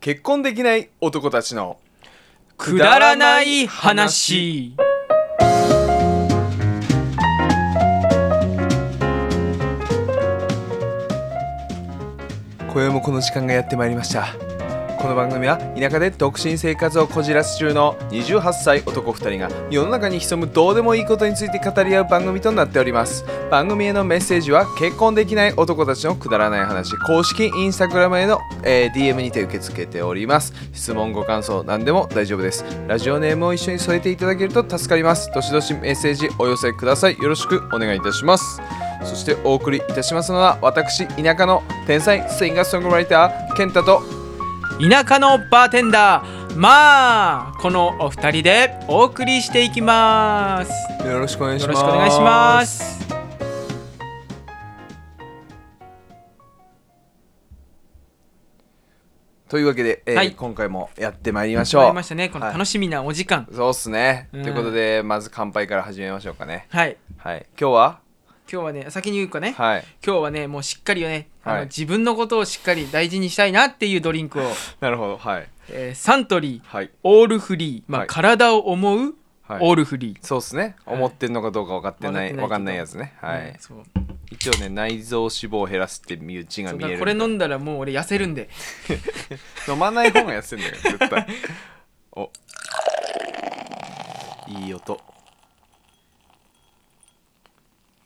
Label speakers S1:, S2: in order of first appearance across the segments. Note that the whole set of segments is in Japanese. S1: 結婚できない男たちの
S2: くだらない話
S1: 今宵もこの時間がやってまいりましたこの番組は田舎で独身生活をこじらす中の28歳男2人が世の中に潜むどうでもいいことについて語り合う番組となっております番組へのメッセージは結婚できない男たちのくだらない話公式インスタグラムへの、えー DM にて受け付けております質問ご感想何でも大丈夫ですラジオネームを一緒に添えていただけると助かりますどしどしメッセージお寄せくださいよろしくお願いいたしますそしてお送りいたしますのは私田舎の天才シンガーソングライター健太と
S2: 田舎のバーテンダーまあこのお二人でお送りしていきます
S1: よろしくお願いし
S2: よ
S1: ま
S2: ろ
S1: す。
S2: しくお願いします
S1: というわけで、えー
S2: はい
S1: 今回もやってまいりまし
S2: 終わ
S1: ょ
S2: り
S1: う
S2: ま。したねこの
S1: はい
S2: 楽しみなお時間
S1: そうっすね。と
S2: うん
S1: いうことで、まず乾杯から始めましょうかね。
S2: はい
S1: はい。今日は
S2: 今日はね先に言うかね
S1: はい。
S2: 今日はねもうしっかりよねあ
S1: は
S2: の
S1: い
S2: 自分のことをしっかり大事にしたいなっていうドリンクを
S1: なるほど。はい。
S2: えーサントリー
S1: はい。
S2: オールフリーま
S1: は
S2: あ
S1: い
S2: 体を思う
S1: はい
S2: オールフリー
S1: そうっすね。
S2: はい
S1: 思ってんのかどうか分かってない、分
S2: 分かってないけど
S1: かんないやつね。は
S2: うん
S1: い。
S2: そう
S1: 一応ね、内臓脂肪を減らすって身内が
S2: そう
S1: 見
S2: だ
S1: え
S2: か
S1: る。
S2: らこれ飲んだらもう俺痩せるんで
S1: 飲まない方が痩せんだよ、絶 対。お。いい音。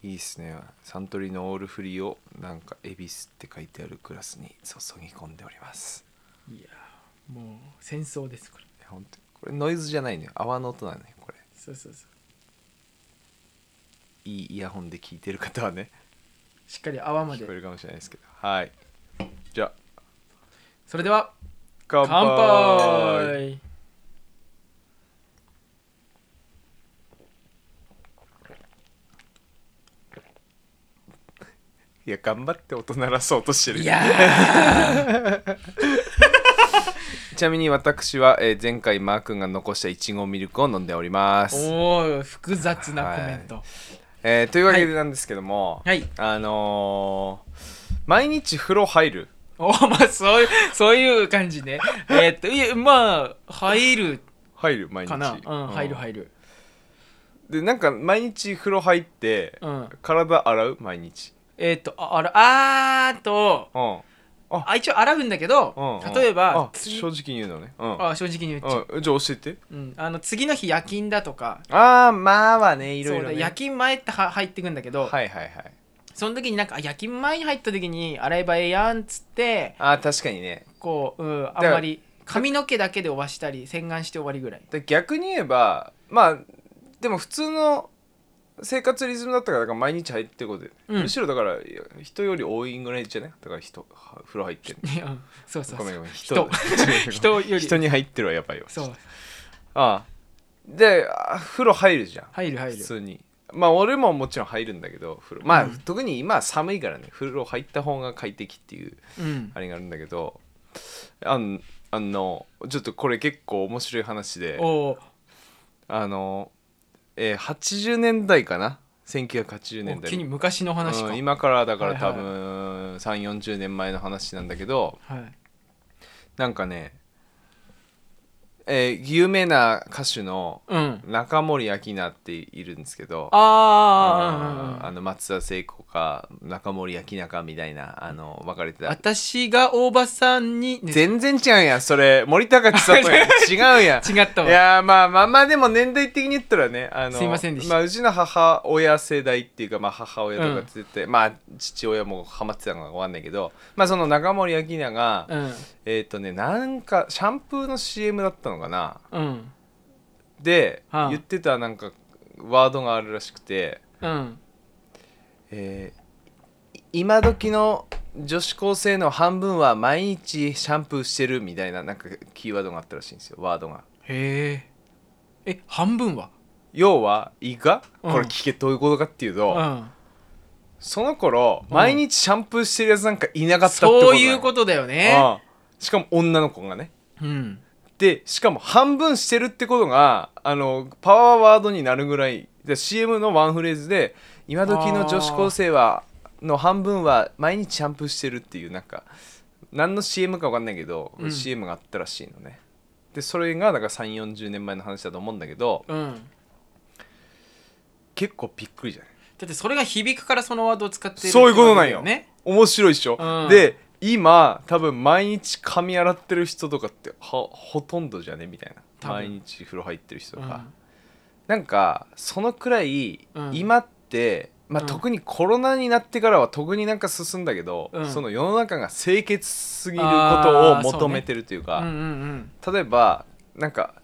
S1: いいっすね。サントリーのオールフリーをなんか恵比寿って書いてあるグラスに注ぎ込んでおります。
S2: いやーもう戦争ですこれ
S1: いや本当にこれノイズじゃないのよ。泡の音なのよ、これ。
S2: そうそうそう
S1: いいイヤホンで聞いてる方はね、
S2: しっかり泡ま
S1: 聞こえ
S2: で
S1: るかもしれないですけど。はい。じゃあ、
S2: それでは
S1: 乾
S2: 乾杯
S1: いや、頑張って音鳴らそうとしてる。
S2: いや
S1: ちなみに私は、えー前回マー君が残したいちごミルクを飲んでおります、
S2: ーおお複雑なコメント
S1: えーというわけでなんですけども、
S2: はい
S1: あのー毎日風呂入る
S2: おお まあそういうそういう感じねえーっといやまあ入る
S1: 入る毎日
S2: かなうん入
S1: る
S2: る入る
S1: でなんか毎日風呂入って、
S2: うん
S1: 体洗う毎日
S2: えーっとああらあーっと
S1: うん
S2: あ一応洗うんだけど
S1: うん
S2: 例え
S1: あ
S2: ば次
S1: 正直に言うのねうん
S2: あ正直に言っちゃう
S1: うん、じゃあ教えて
S2: うんあの次の日夜勤だとか
S1: ああまあはねいろい
S2: そう
S1: ろ、
S2: だ
S1: ね、
S2: 夜勤前っては入ってくんだけど
S1: はいはいはい
S2: その時になんかあ夜勤前に入った時に洗えばええやんっつって
S1: あー確かにね
S2: こう、うん、あ
S1: ら
S2: んまり髪の毛だけで終わしたり洗顔して終わりぐらい
S1: で逆に言えばまあでも普通の生活リズムだったからだから毎日入ってることで、
S2: うん
S1: むしろだからいや人より多いぐらいじゃないだから人は風呂入ってる
S2: いやうん そうそう
S1: ごめん
S2: そ
S1: ご
S2: う
S1: めん
S2: 人
S1: 人
S2: 人より
S1: 人に入ってるはやばいよ
S2: そう
S1: ああであ風呂入るじゃん
S2: 入る入
S1: 普
S2: る
S1: 通にまあ俺ももちろん入るんだけど風呂まあ、
S2: うん
S1: 特に今は寒いからね風呂入った方が快適っていう
S2: うん
S1: あれがあるんだけどあんあのちょっとこれ結構面白い話で
S2: おお
S1: あの、えー80年代かな1980年代
S2: 急に昔の話か、
S1: うん今からだから多
S2: はい
S1: 分3 4 0年前の話なんだけど
S2: はい
S1: なんかね、えー有名な歌手の
S2: うん
S1: 中森明菜っているんですけど
S2: あーあ
S1: あの松田聖子か中森明菜かみたいなあの別れてた
S2: 私がおばさんに、ね、
S1: 全然違うやんそれ森高千 里やん違うやん
S2: 違った
S1: い
S2: わ
S1: やーまあまあまあでも年代的に言ったらねあの
S2: すいませんでした
S1: まあ、うちの母親世代っていうか、まあ、母親とかつって、まあ父親もハマってたのかわかんないけど、まあ、その中森明菜が、
S2: うん
S1: えっ、とねなんかシャンプーの CM だったのかな
S2: うん
S1: で、
S2: はあ
S1: 言ってたなんかワードがあるらしくて、
S2: うん
S1: えーい今時の女子高生の半分は毎日シャンプーしてるみたいななんかキーワードがあったらしいんですよワードが。
S2: へええ半分は
S1: 要はいいか、
S2: うん
S1: これ聞けどういうことかっていうと、
S2: うん
S1: その頃、
S2: うん
S1: 毎日シャンプーしてるやつなんかいなかったってことだ
S2: そういうことだよね
S1: ああしかも女の子がね
S2: うん
S1: でしかも半分してるってことがあのパワーワードになるぐらいで CM のワンフレーズで今時の女子高生はの半分は毎日シャンプーしてるっていうなんか何の CM か分かんないけど、
S2: うん
S1: CM があったらしいのねでそれがだから3 4 0年前の話だと思うんだけど
S2: うん
S1: 結構びっくりじゃない
S2: だってそれが響くからそのワードを使ってる
S1: そういうことなん
S2: っ
S1: よ、
S2: てわけだね
S1: 面白いっしょ、
S2: うん
S1: で今多分毎日髪洗ってる人とかってはほとんどじゃねみたい
S2: 多
S1: な
S2: 分
S1: 毎日風呂入ってる人と
S2: うん
S1: か、なんかそのくらい、
S2: うん
S1: 今って、まあ
S2: うん
S1: 特にコロナになってからは特になんか進んだけど、
S2: うん
S1: その世の中が清潔すぎることを
S2: あーそう
S1: 求
S2: ね
S1: めてるという
S2: う
S1: か
S2: んうん
S1: 例えばなんか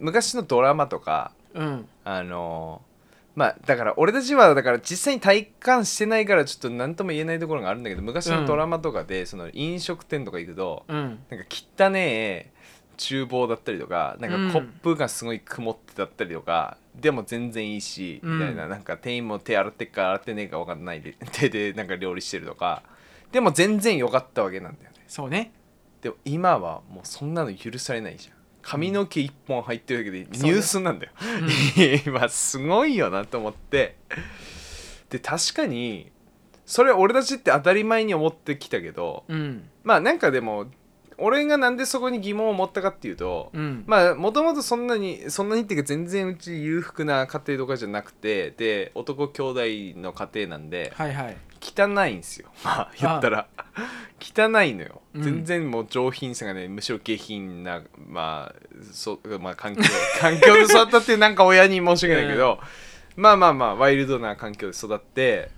S1: 昔のドラマとか
S2: うんうん
S1: あのーまあだから俺たちはだから実際に体感してないからちょっと何とも言えないところがあるんだけど昔のドラマとかでその飲食店とか行くと、
S2: うん
S1: なんか汚ねえ厨房だったりとかなんかコ
S2: うん
S1: ップがすごい曇ってだったりとか、でも全然いいし、
S2: うん
S1: みたいななんか店員も手洗ってっか洗ってねえか分かんないで手でなんか料理してるとかでも全然良かったわけなんだよね
S2: そうね
S1: でも今はもうそんなの許されないじゃん髪の毛一本入ってるだけで
S2: そうね
S1: ニュースなんだよ、
S2: う ん
S1: 今すごいよなと思ってで確かにそれ俺たちって当たり前に思ってきたけど
S2: うん
S1: まあなんかでも俺がなんでそこに疑問を持ったかっていうと、
S2: うん
S1: まあもともとそんなにそんなにっていうか全然うち裕福な家庭とかじゃなくてで男兄弟の家庭なんで
S2: はいはい
S1: 汚いんですよ まあ言ったら汚いのよ、
S2: うん
S1: 全然もう上品さがねむしろ下品なまあそ、まあ、環境 環境で育ったってなんか親に申し訳ないけど、まあまあまあワイルドな環境で育って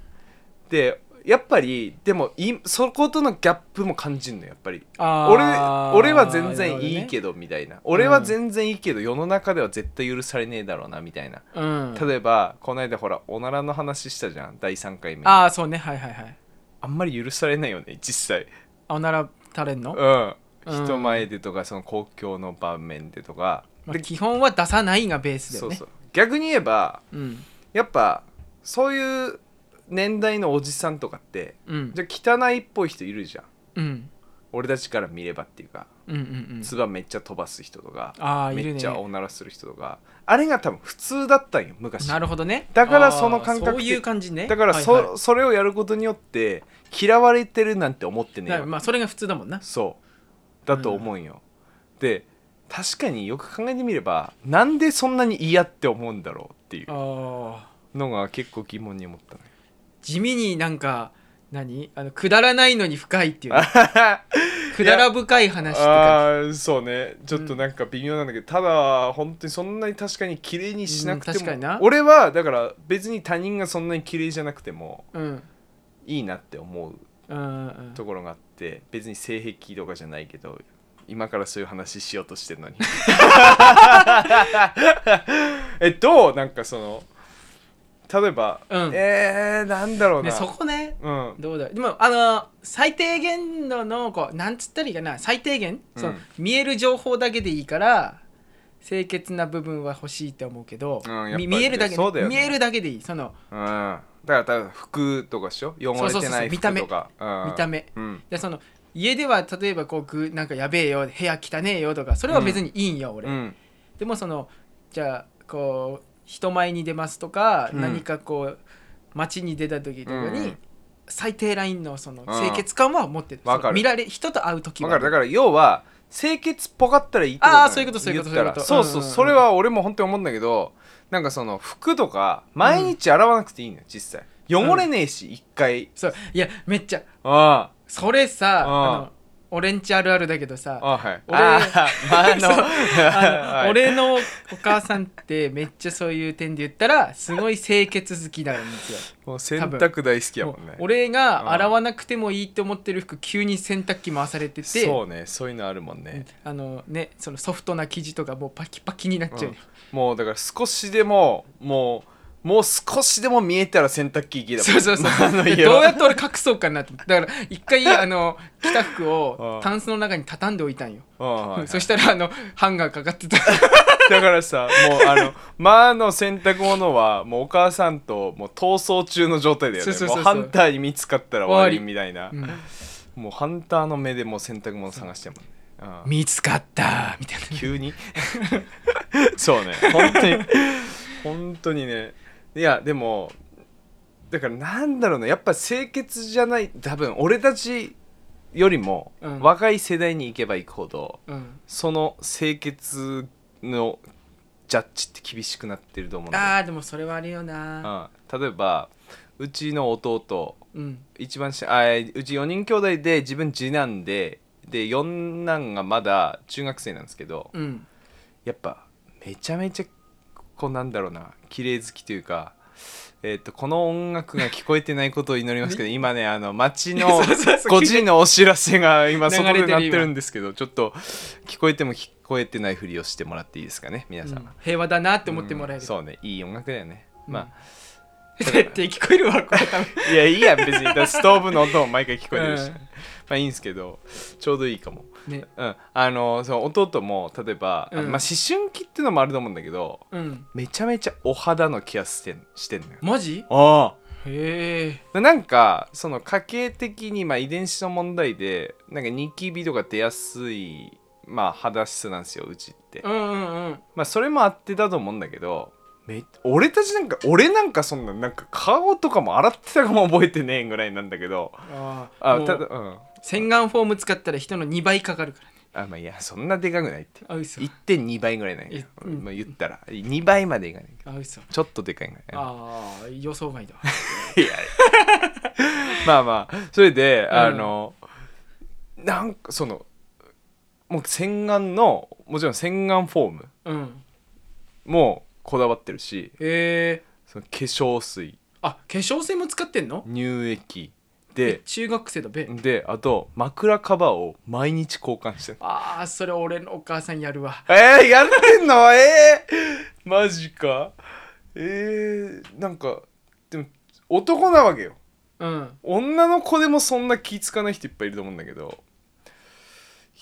S1: でやっぱりでもいそことのギャップも感じるのやっぱり俺
S2: あー
S1: 俺は全然いいけどみたいな俺は
S2: うん
S1: 全然いいけど世の中では絶対許されねえだろうなみたいな、
S2: なるほどねうん
S1: 例えばこの間ほらおならの話したじゃん第3回目
S2: ああそうねはいはいはい
S1: あんまり許されないよね実際
S2: あおなら垂れんの、
S1: うん
S2: うん
S1: 人前でとかその公共の場面でとか、
S2: まあ、
S1: で
S2: 基本は出さないがベースだ
S1: そ
S2: よ
S1: う
S2: ね
S1: そう逆に言えば
S2: うん
S1: やっぱそういう年代のおじさんとかって
S2: うん
S1: じゃあ汚いっぽい人いるじゃん
S2: うん
S1: 俺たちから見ればっていうか
S2: うんうんうん
S1: 唾めっちゃ飛ばす人とか
S2: ああい
S1: め
S2: る
S1: っ
S2: ね
S1: ちゃおならする人とかあれが多分普通だったんよ昔
S2: なるほどね
S1: だからその感覚
S2: あーそういう感じね
S1: だからそ,、
S2: はいはい
S1: それをやることによって嫌われてるなんて思ってねえ
S2: だ
S1: わ
S2: か
S1: け
S2: らまあそれが普通だもんな
S1: そうだと思うんよ、で確かによく考えてみればなんでそんなに嫌って思うんだろうってい
S2: あ
S1: う
S2: ー
S1: のが結構疑問に思ったね
S2: 地味になんか何あのくだらないのに深い っていうね、くだら深い話って感
S1: あーそうねちょっとなんか微妙なんだけど、ただ本当にそんなに確かに綺麗にしなくて
S2: うん
S1: も、
S2: 確かにな
S1: 俺はだから別に他人がそんなに綺麗じゃなくても
S2: じうん
S1: いいなって思う
S2: うんうん
S1: ところがあって別に性癖とかじゃないけど今からそういう話しようとしてる のにえどうなんかその例えば、
S2: うん
S1: えー、なんだろうな、
S2: ねそこね
S1: うん
S2: どうだでもあの最低限度のこうなんつったらいいかな最低限、
S1: うん
S2: その見える情報だけでいいから清潔な部分は欲しいと思うけど、
S1: うんやっぱり
S2: み見えるだけ
S1: そうだよね
S2: 見えるだけでいいその
S1: うん、だから多分服とかでしょ汚れ
S2: そう
S1: て
S2: そう
S1: な
S2: そ
S1: いう服
S2: 見た目
S1: とかうん
S2: 見た目
S1: うん
S2: でその家では例えばこうぐなんかやべえよ部屋汚えよとかそれは別にいいんよ、俺、
S1: うん
S2: でもそのじゃあこう人前に出ますとか、
S1: うん
S2: 何かこう街に出た時とかに、
S1: うん
S2: 最低ラインのその清潔感は持ってる、
S1: うんわかる
S2: その見られ人と会う時
S1: わか
S2: は
S1: るだから要は清潔っぽかったらいいってこと
S2: あーそういうことそういうこと
S1: 言ったら
S2: そういうこと
S1: そう
S2: うんうん
S1: そううんそれは俺も本当に思うんだけどなんかその服とか毎日洗わなくていいのよ実際汚れねえし一回
S2: そういやめっちゃ
S1: あ
S2: それさ
S1: う
S2: あ
S1: ん
S2: の俺んちあるあるだけどさ
S1: ああはい
S2: 俺
S1: あー まああの
S2: そうあ
S1: はい
S2: の俺のお母さんってめっちゃそういう点で言ったらすごい清潔好きなんですよ
S1: もう洗濯大好きやもんね
S2: もう俺が洗わなくてもいいって思ってる服急に洗濯機回されてて
S1: そうねそういうのあるもんね、
S2: あのねそのソフトな生地とかもうパキパキになっちゃうよ、
S1: もうだから少しでももうもう少しでも見えたら洗濯機行けだもん
S2: そうそうそ う
S1: あの
S2: で
S1: 家は
S2: どうやって俺隠そうかなと思ってだから一回 あの着た服
S1: う
S2: を
S1: ん
S2: タンスの中に畳んでおいたんよ、
S1: うんはい
S2: そしたらあのハンガーかかっ てた
S1: だからさもうあのマーの洗濯物はもうお母さんともう逃走中の状態だよね
S2: そうそうそうそう
S1: もうハンターに見つかったら終わ
S2: 終
S1: り
S2: わ
S1: みたいな、
S2: うん
S1: もうハンターの目でもう洗濯物探してるもんね、うん
S2: 見つかったみたいな
S1: 急 にそうね本当に本当にねいやでもだからなんだろうねやっぱ清潔じゃない多分俺たちよりも、
S2: うん
S1: 若い世代に行けば行くほど
S2: うん、
S1: その清潔のジャッジって厳しくなってると思うんだよ
S2: あーでもそれはあるよな
S1: うん、例えばうちの弟
S2: うん
S1: 一番下あーうち4人兄弟で自分次男でで四男がまだ中学生なんですけど
S2: うん
S1: やっぱめちゃめちゃこうなんだろうな綺麗好きというか、えー、とこの音楽が聞こえてないことを祈りますけど今ねあの街の
S2: そう そうそう
S1: 5時のお知らせが今外
S2: 流
S1: で
S2: れてる
S1: 鳴ってるんですけどちょっと聞こえても聞こえてないふりをしてもらっていいですかね皆さん、
S2: うん平和だなって思ってもらえる、
S1: うんそうねいい音楽だよね、
S2: うん
S1: まあ
S2: 絶対聞こえるわこれ多分
S1: いやいいや別にだ からストーブの音も毎回聞こえてるし、
S2: うん
S1: まあいいんですけどちょうどいいかも、
S2: ね
S1: うん、あのその弟も例えば、
S2: うん
S1: まあ、思春期っていうのもあると思うんだけど
S2: うん
S1: めちゃめちゃお肌のケアしてんしてんのよ
S2: マジ
S1: あ
S2: へえ
S1: あなんかその家系的に、まあ、遺伝子の問題でなんかニキビとか出やすい、まあ、肌質なんですようちって、
S2: うんうんうん
S1: まあそれもあってだと思うんだけどめ俺たちなんか俺なんかそんななんか顔とかも洗ってたかも覚えてねえぐらいなんだけど
S2: あ
S1: あ
S2: あ
S1: ただうん
S2: 洗顔フォーム使ったら人の2倍かかるからね
S1: あまあいやそんなでかくないって
S2: あ嘘
S1: 1.2倍ぐらいなんや
S2: えうん
S1: まあ、言ったら2倍までいかないけど
S2: あ嘘
S1: ちょっとでかいぐらい
S2: ああ予想外だわ
S1: まあまあそれで、
S2: うん
S1: あのなんかそのもう洗顔のもちろん洗顔フォーム
S2: うん
S1: もこだわってるし
S2: へえ
S1: その化粧水
S2: あ化粧水も使ってんの
S1: 乳液で
S2: 中学生だべ
S1: であと枕カバーを毎日交換してる
S2: ああそれ俺のお母さんやるわ
S1: えー、やってんのえー、マジかえー、なんかでも男なわけよ
S2: うん
S1: 女の子でもそんな気付かない人いっぱいいると思うんだけど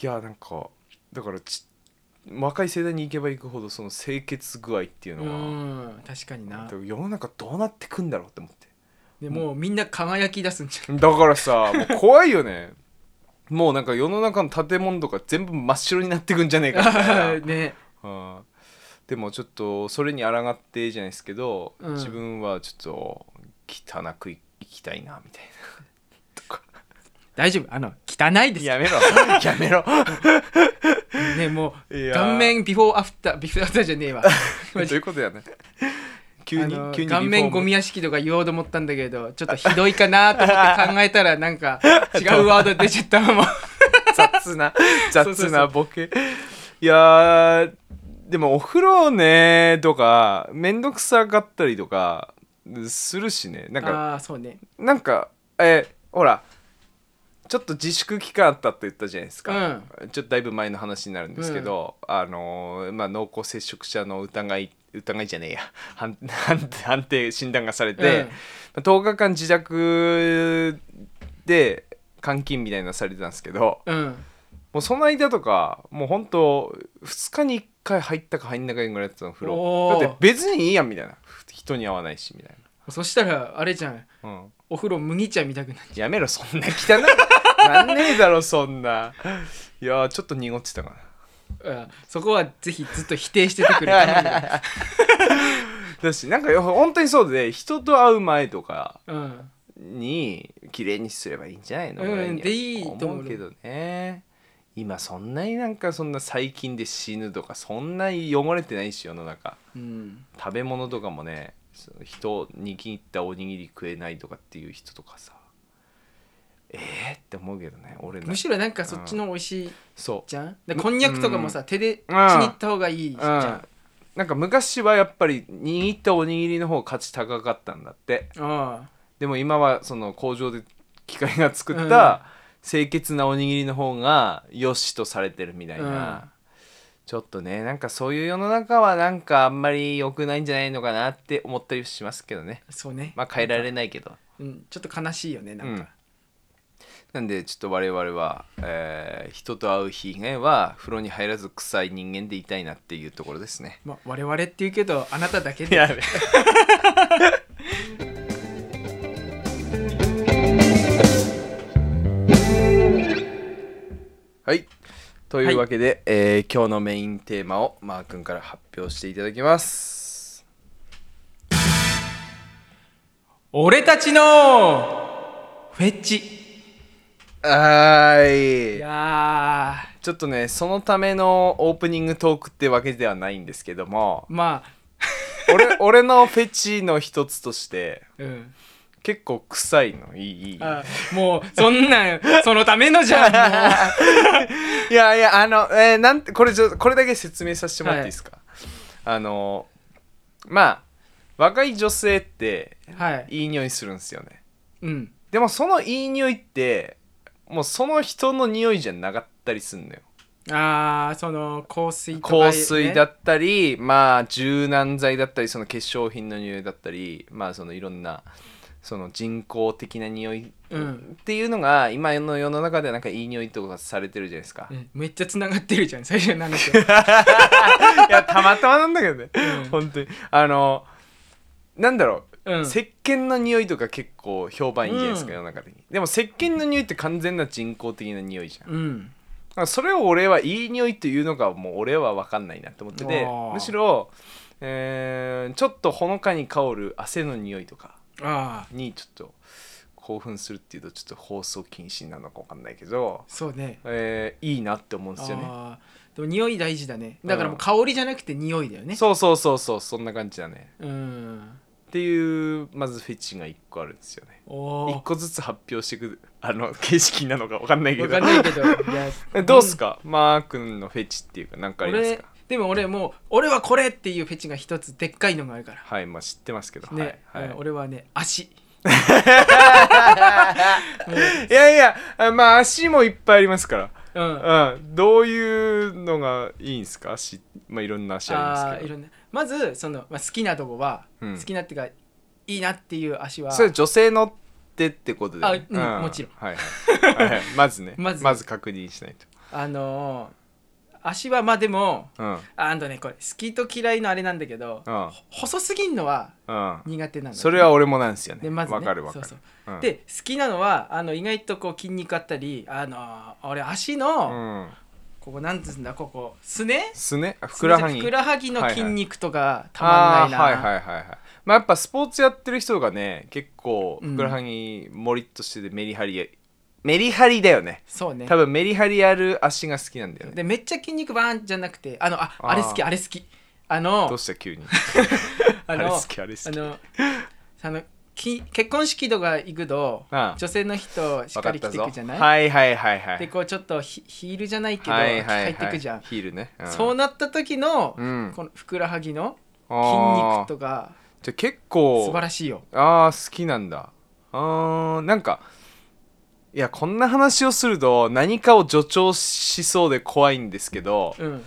S1: いやなんかだからち若い世代に行けば行くほどその清潔具合っていう
S2: う
S1: のは、
S2: ん確かにな
S1: 世の中どうなってくんだろうって思って
S2: でもうみんな輝き出すんじゃ
S1: だからさもう怖いよね もうなんか世の中の建物とか全部真っ白になってくんじゃねえかみた い
S2: ん ね
S1: な、うん、でもちょっとそれに抗ってじゃないですけど、
S2: うん
S1: 自分はちょっと汚くい生きたいなみたいなとか
S2: 大丈夫あの汚いです
S1: やめろ やめろ
S2: ねもう
S1: いやー
S2: 顔面ビフォーアフタービフォーアフターじゃねえわ
S1: どういうこと やね 急に
S2: あの
S1: 急に
S2: 顔面ゴミ
S1: や
S2: 屋敷とか言おうと思ったんだけどちょっとひどいかなと思って考えたらな んか違うワード出ちゃったまま
S1: 雑な
S2: そうそ
S1: 雑
S2: うそ
S1: な
S2: う
S1: ボケいやーでもお風呂ねとかめんどくさかったりとかするしねなんか
S2: ああーそうね
S1: なんかえーほらちょっと自粛期間あったって言ったじゃないですか、ちょっとだいぶ前の話になるんですけど、あのーまあ、濃厚接触者の疑い疑いじゃねえや 判判判定診断がされて、
S2: うん
S1: まあ10日間自宅で監禁みたいなのされてたんですけど
S2: うん
S1: もうその間とかもうほんと2日に1回入ったか入んなかぐらいやってたの風
S2: お
S1: 呂
S2: ー
S1: だって別にいいやんみたいな人に会わないしみたい
S2: そしたらあれじゃん
S1: な、うん、
S2: お風呂麦茶見たくなる
S1: やめろそんな汚いなんねえだろそんないやーちょっと濁ってたかな
S2: うんそこはぜひずっと否定しててくれ頼むよ
S1: だしなんかよ本当にそうで人と会う前とか
S2: うん
S1: に綺麗にすればいいんじゃないの、
S2: うん
S1: ぐらに
S2: でいいと思う
S1: 思うけどね今そんなになんかそんな細菌で死ぬとかそんなに汚れてないし世の中
S2: うん
S1: 食べ物とかもねその人握ったおにぎり食えないとかっていう人とかさえー、って思うけどね俺な
S2: むしろなんかそっちの美味しい
S1: そう
S2: じゃんでこんにゃくとかもさ手でち
S1: うん
S2: ぎった方がいいじ
S1: う
S2: ゃ
S1: ん
S2: ん
S1: なんか昔はやっぱり握ったおにぎりの方が価値高かったんだって
S2: あ
S1: でも今はその工場で機械が作っ
S2: うん
S1: た清潔なおにぎりの方が良しとされてるみたいな、
S2: うん
S1: ちょっとねなんかそういう世の中はなんかあんまり良くないんじゃないのかなって思ったりしますけどね
S2: あそうね
S1: まあ変えられないけど
S2: うんちょっと悲しいよねなんか
S1: なんでちょっと我々は、えー人と会う日以外は風呂に入らず臭い人間でいたいなっていうところですね
S2: まあ我々って言うけどあなただけで
S1: やべはいというわけで、えー今日のメインテーマをマー君から発表していただきます
S2: 俺たちのフェッチ
S1: はいーい
S2: やー
S1: ちょっとねそのためのオープニングトークってわけではないんですけども
S2: まあ
S1: 俺俺のフェチの一つとして
S2: うん、
S1: 結構臭いのいいいい
S2: あもうそんなん そのため のじゃんも
S1: いやいやあの、えーなんてこれちょこれだけ説明させてもらっていいですか、あのまあ若い女性って
S2: うはい、
S1: いい匂いするんですよね
S2: うん、
S1: でもそのいい匂いってもうその人の匂いじゃなかったりすんのよ
S2: あーその香水とか、ね、
S1: 香水だったり、まあ柔軟剤だったりその化粧品の匂いだったりまあそのいろんなその人工的な匂いっ
S2: うん
S1: ていうのが今の世の中ではなんかいい匂いとかされてるじゃないですか、
S2: うんめっちゃつながってるじゃん最初の 話
S1: いやたまたまなんだけどね、
S2: うん
S1: 本当にあのなんだろう
S2: うん
S1: 石鹸の匂いとか結構評判いいじゃないですか、
S2: うん
S1: 世の中的にでも石鹸の匂いって完全な人工的な匂いじゃん
S2: うん
S1: あそれを俺はいい匂いっていうのかもう俺は分かんないなと思ってて
S2: あー
S1: むしろ、えーちょっとほのかに香る汗の匂いとか
S2: ああ
S1: にちょっと興奮するっていうとちょっと放送禁止なのか分かんないけど、
S2: そうね
S1: えーいいなって思うんですよね
S2: あーでも匂い大事だねだからもううん香りじゃなくて匂いだよね
S1: そうそうそうそうそんな感じだね
S2: うん
S1: っていうまずフェチが1個あるんですよね
S2: お
S1: 1
S2: お
S1: 個ずつ発表していくあの形式なのか分かんないけ
S2: 分
S1: ど
S2: かんないけ どいや
S1: えどうっすか、マー君のフェチっていうか何かあります
S2: 俺
S1: か
S2: でも俺もう俺はこれっていうフェチが一つでっかいのがあるから
S1: はいまあ知ってますけど、
S2: ね、
S1: はい、はい
S2: うん、俺はね足
S1: いやいやあまあ足もいっぱいありますか
S2: うん
S1: ら、うん、どういうのがいいんすか足まあいろんな足あります
S2: あーい
S1: けど
S2: ろんなまずその、まあ、好きなとこは、
S1: うん
S2: 好きなっていうかいいなっていう足は
S1: それ女性のってってことで、
S2: あうんもちろん
S1: はいはい、はいはい、 まずね
S2: まず
S1: 確認しない
S2: あのー足はまあでも
S1: とうん
S2: ああとねこれ好きと嫌いのあれなんだけど、
S1: うん
S2: 細すぎんのは
S1: うん
S2: 苦手なんだよね
S1: それは俺もなんですよね
S2: でまずね
S1: わかるわかる
S2: そう
S1: うん
S2: で好きなのはあの意外とこう筋肉あったりあのー俺足
S1: う
S2: の、
S1: ん
S2: ここなんつうんだここすね
S1: すねあふくらは
S2: す
S1: ぎ
S2: ねじゃふくらはぎの
S1: はいはい
S2: 筋肉とかたまんないな、
S1: あーはいはいはいはいまあやっぱスポーツやってる人がね結構
S2: うん
S1: ふくらはぎもりっとしててメリハリやメリハリだよね
S2: そうね
S1: 多分メリハリある足が好きなんだよね
S2: でめっちゃ筋肉バーンじゃなくてあのあ
S1: あー
S2: あれ好きあれ好きあの
S1: どうした急に
S2: あ
S1: あ
S2: の
S1: れ好きあれ
S2: あ
S1: 好き
S2: のあのき結婚式とか行くと
S1: ああ
S2: 女性の人しっ
S1: わ
S2: か
S1: か
S2: り
S1: っ
S2: 着
S1: た
S2: て
S1: ぞ
S2: くじゃない、
S1: はいはいはいはい
S2: でこうちょっとヒヒールじゃないけど、
S1: はいはいは
S2: 入
S1: い
S2: ってくじゃん、
S1: ヒールね、ん
S2: そうなった時の、
S1: うん
S2: このふくらはぎの
S1: あ
S2: 筋
S1: ー
S2: 肉とか
S1: じゃあ結構
S2: 素晴らしいよ
S1: ああ好きなんだあーなんかいやこんな話をすると何かを助長しそうで怖いんですけど
S2: うん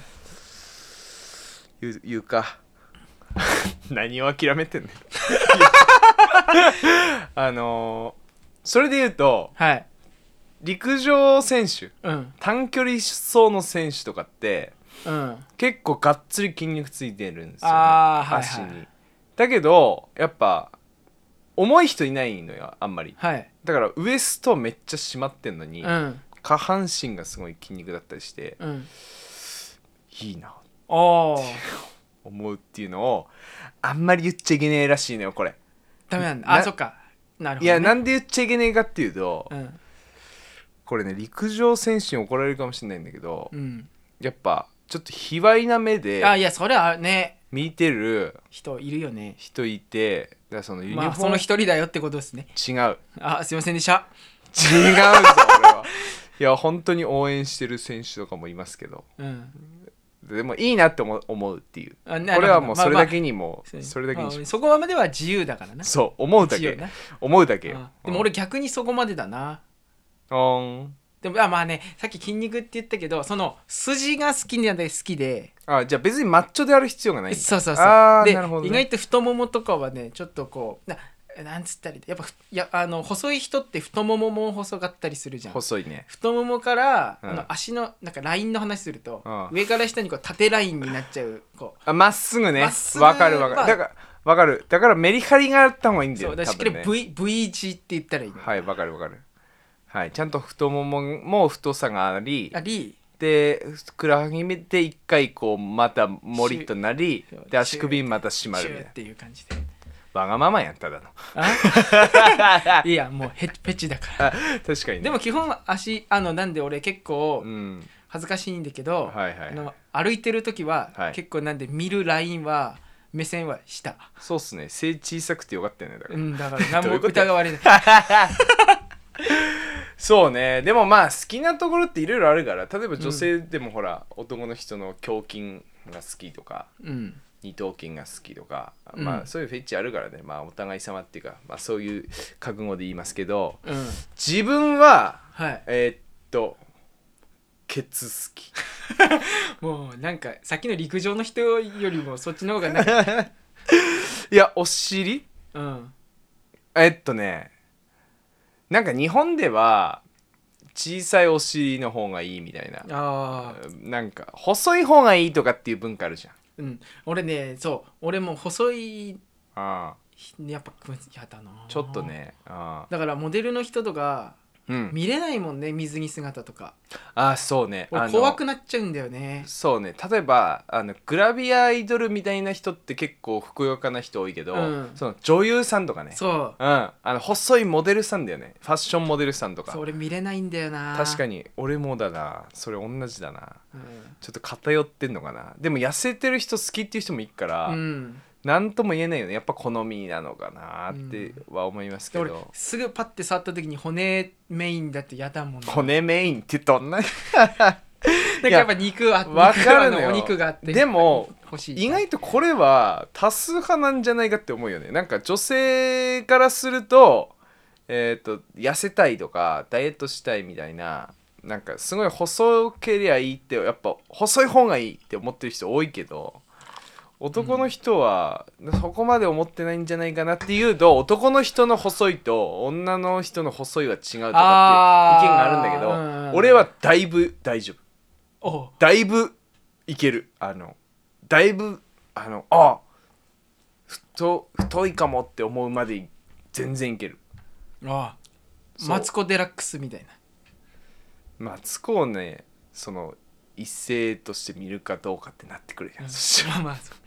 S1: 言う言うか 何を諦めてん ねんあのーそれで言うと
S2: はい
S1: 陸上選手
S2: うん
S1: 短距離走の選手とかって
S2: うん
S1: 結構がっつり筋肉ついてるんですよ、ね、
S2: あーはいはい
S1: 足にだけどやっぱ重い人いないのよあんまり
S2: はい
S1: だからウエストめっちゃ締まってんのに、
S2: うん
S1: 下半身がすごい筋肉だったりして
S2: うん
S1: いいなって
S2: おお
S1: 思うっていうのをあんまり言っちゃいけねえらしいのよこれ
S2: ダメなんだあ
S1: な
S2: そっかなるほど、ね、
S1: いやなんで言っちゃいけねえかっていうと、
S2: うん
S1: これね陸上選手に怒られるかもしれないんだけど、
S2: うん
S1: やっぱちょっと卑猥な目で
S2: あいやそれはね
S1: 見てる
S2: 人いるよね
S1: 人いてだからそのユニフォーム、
S2: まあその一人だよってことですね
S1: 違う
S2: あすいませんでした
S1: 違うぞ俺 はいや本当に応援してる選手とかもいますけど
S2: うん
S1: でもいいなって思う思うっていう
S2: あなるほど
S1: これはもう
S2: まあ
S1: それ
S2: まあ
S1: だけにもうそれだけにし
S2: ま
S1: ま
S2: あ
S1: す
S2: そこまでは自由だからな
S1: そう思うだ
S2: 一応
S1: け
S2: な
S1: 思うだけ
S2: う
S1: よ
S2: んでも俺逆にそこまでだな
S1: うんうん
S2: でもあまあねさっき筋肉って言ったけどその筋が好きなんで好きで
S1: あじゃあ別にマッチョである必要がないんだ
S2: そうそう
S1: あ
S2: そう
S1: ー
S2: で
S1: なるほどね
S2: 意外と太ももとかはねちょっとこうななんつったりやっぱふいやあの細い人って太ももも細かったりするじゃん
S1: 細いね
S2: 太ももから、
S1: うん
S2: あの足のなんかラインの話すると、
S1: うん
S2: 上から下にこう縦ラインになっちゃうこ
S1: あまっすぐね
S2: まっすぐ
S1: わかるわか
S2: まあ
S1: るだからわかるだからメリハリがあった方がいいん
S2: う
S1: だ
S2: そう
S1: よ
S2: だか
S1: 多
S2: らしっかり
S1: 分ね
S2: V, v 字って言ったらいいの、
S1: はいわかるわかるはいちゃんと太ももも太さがあり
S2: あり
S1: でふくらはぎ見て一回こうまたもりっとなり
S2: シュ
S1: で足首また締ま
S2: シ
S1: るみ
S2: ュ
S1: たい
S2: ー
S1: な
S2: っていう感じで
S1: わがままやっただの
S2: あいやもうヘペチだから
S1: 確かにね
S2: でも基本は足あのなんで俺結構
S1: うん
S2: 恥ずかしいんだけど、
S1: はいはい
S2: あの歩いてる時は、
S1: はい
S2: 結構なんで見るラインは目線は下
S1: そうっすね背小さくてよかったよねだから、
S2: うんだから何
S1: どうい
S2: も
S1: うこと
S2: 疑われない
S1: そうねでもまあ好きなところっていろいろあるから例えば女性でもほら、男の人の胸筋が好きとか
S2: うん
S1: 二頭筋が好きとか、
S2: うん
S1: まあそういうフェッチあるからねまあお互い様っていうか、まあ、そういう覚悟で言いますけど
S2: うん
S1: 自分は
S2: はい
S1: えーっとケツ好 き
S2: もうなんかさっきの陸上の人よりもそっちの方がなんか
S1: いやお尻
S2: うん
S1: えっとねなんか日本では小さいお尻の方がいいみたいな
S2: ああ
S1: なんか細い方がいいとかっていう文化あるじゃん
S2: うん俺ねそう俺も細い
S1: あ
S2: やっぱやだな
S1: あちょっとねああ
S2: だからモデルの人とか
S1: うん
S2: 見れないもんね水着姿とか
S1: ああそうねあ
S2: 俺
S1: の
S2: 怖くなっちゃうんだよね
S1: そうね例えばあのグラビアアイドルみたいな人って結構ふくよかな人多いけど、
S2: うん
S1: その女優さんとかね
S2: そう
S1: うんあの細いモデルさんだよねファッションモデルさんとか
S2: そう俺見れないんだよな
S1: 確か
S2: に、
S1: に俺もだなそれ同じだな
S2: うん
S1: ちょっと偏ってんのかなでも痩せてる人好きっていう人もいるから、
S2: うん、
S1: なんとも言えないよねやっぱ好みなのかなっては思いますけ
S2: で
S1: ど、
S2: 俺すぐパッて触った時に骨メインだって嫌だもんね
S1: 骨メインってどんな
S2: なんかやっぱ肉は
S1: わかるの
S2: 肉は
S1: よ
S2: あお肉があって
S1: でも
S2: 欲しい
S1: 意外とこれは多数派なんじゃないかって思うよねなんか女性からすると,、えー、と痩せたいとかダイエットしたいみたいななんかすごい細けりゃいいってやっぱ細い方がいいって思ってる人多いけど男の人はそこまで思ってないんじゃないかなっていうと男の人の細いと女の人の細いは違うとかって意見
S2: あー
S1: があるんだけど、
S2: うんうん
S1: 俺はだいぶ大丈夫。
S2: お
S1: だいぶいけるあのだいぶあのあ太太いかもって思うまで全然いける
S2: あ
S1: そう
S2: マツコ・デラックスみたいな
S1: マツコをねその一斉として見るかどうかってなってくるやん、そしたら
S2: まあまあそう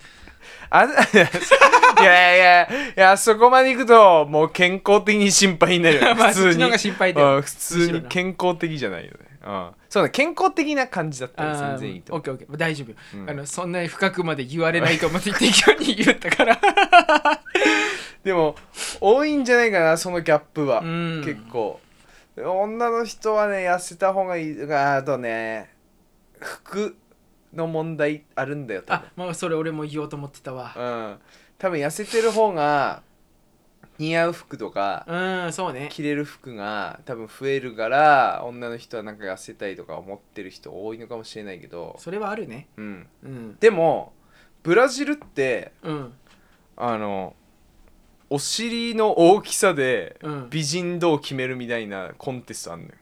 S1: あ いやいやいやいやそこまでいくともう健康的に心配になるよ
S2: まあ
S1: 普
S2: そ
S1: 通
S2: っち
S1: に
S2: の方が心配だよ
S1: うん普通に健康的じゃないよね、うん、そうね健康的な感じだったら全然いいと
S2: オッ
S1: 思
S2: ケーオッケー大丈夫、
S1: うん
S2: あのそんなに深くまで言われないと思って適当に言ったから
S1: うでも多いんじゃないかなそのギャップは、
S2: うん
S1: 結構女の人はね痩せた方がいいがあとね服の問題あるんだよ多分
S2: あまあそれ俺も言おうと思ってたわ
S1: うん多分痩せてる方が似合う服とか
S2: うんそうね
S1: 着れる服が多分増えるから女の人はなんか痩せたいとか思ってる人多いのかもしれないけど、
S2: それはあるね
S1: うん、
S2: うん
S1: でもブラジルって
S2: うん
S1: あのお尻の大きさで
S2: うん
S1: 美人度を決めるみたいなコンテストあんのよ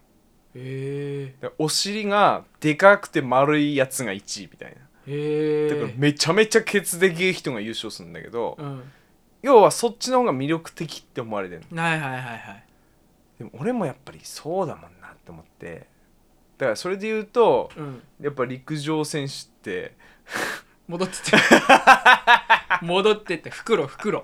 S2: へ
S1: でお尻がでかくて丸いやつが1位みたいな
S2: えへえ
S1: だからめちゃめちゃケツでけえ人が優勝するんだけど、
S2: うん
S1: 要はそっちの方が魅力的って思われてるの
S2: はいはいはいはい
S1: でも俺もやっぱりそうだもんなって思ってだからそれで言うと
S2: うん
S1: やっぱ陸上選手っ て
S2: 戻っ てって戻ってって袋袋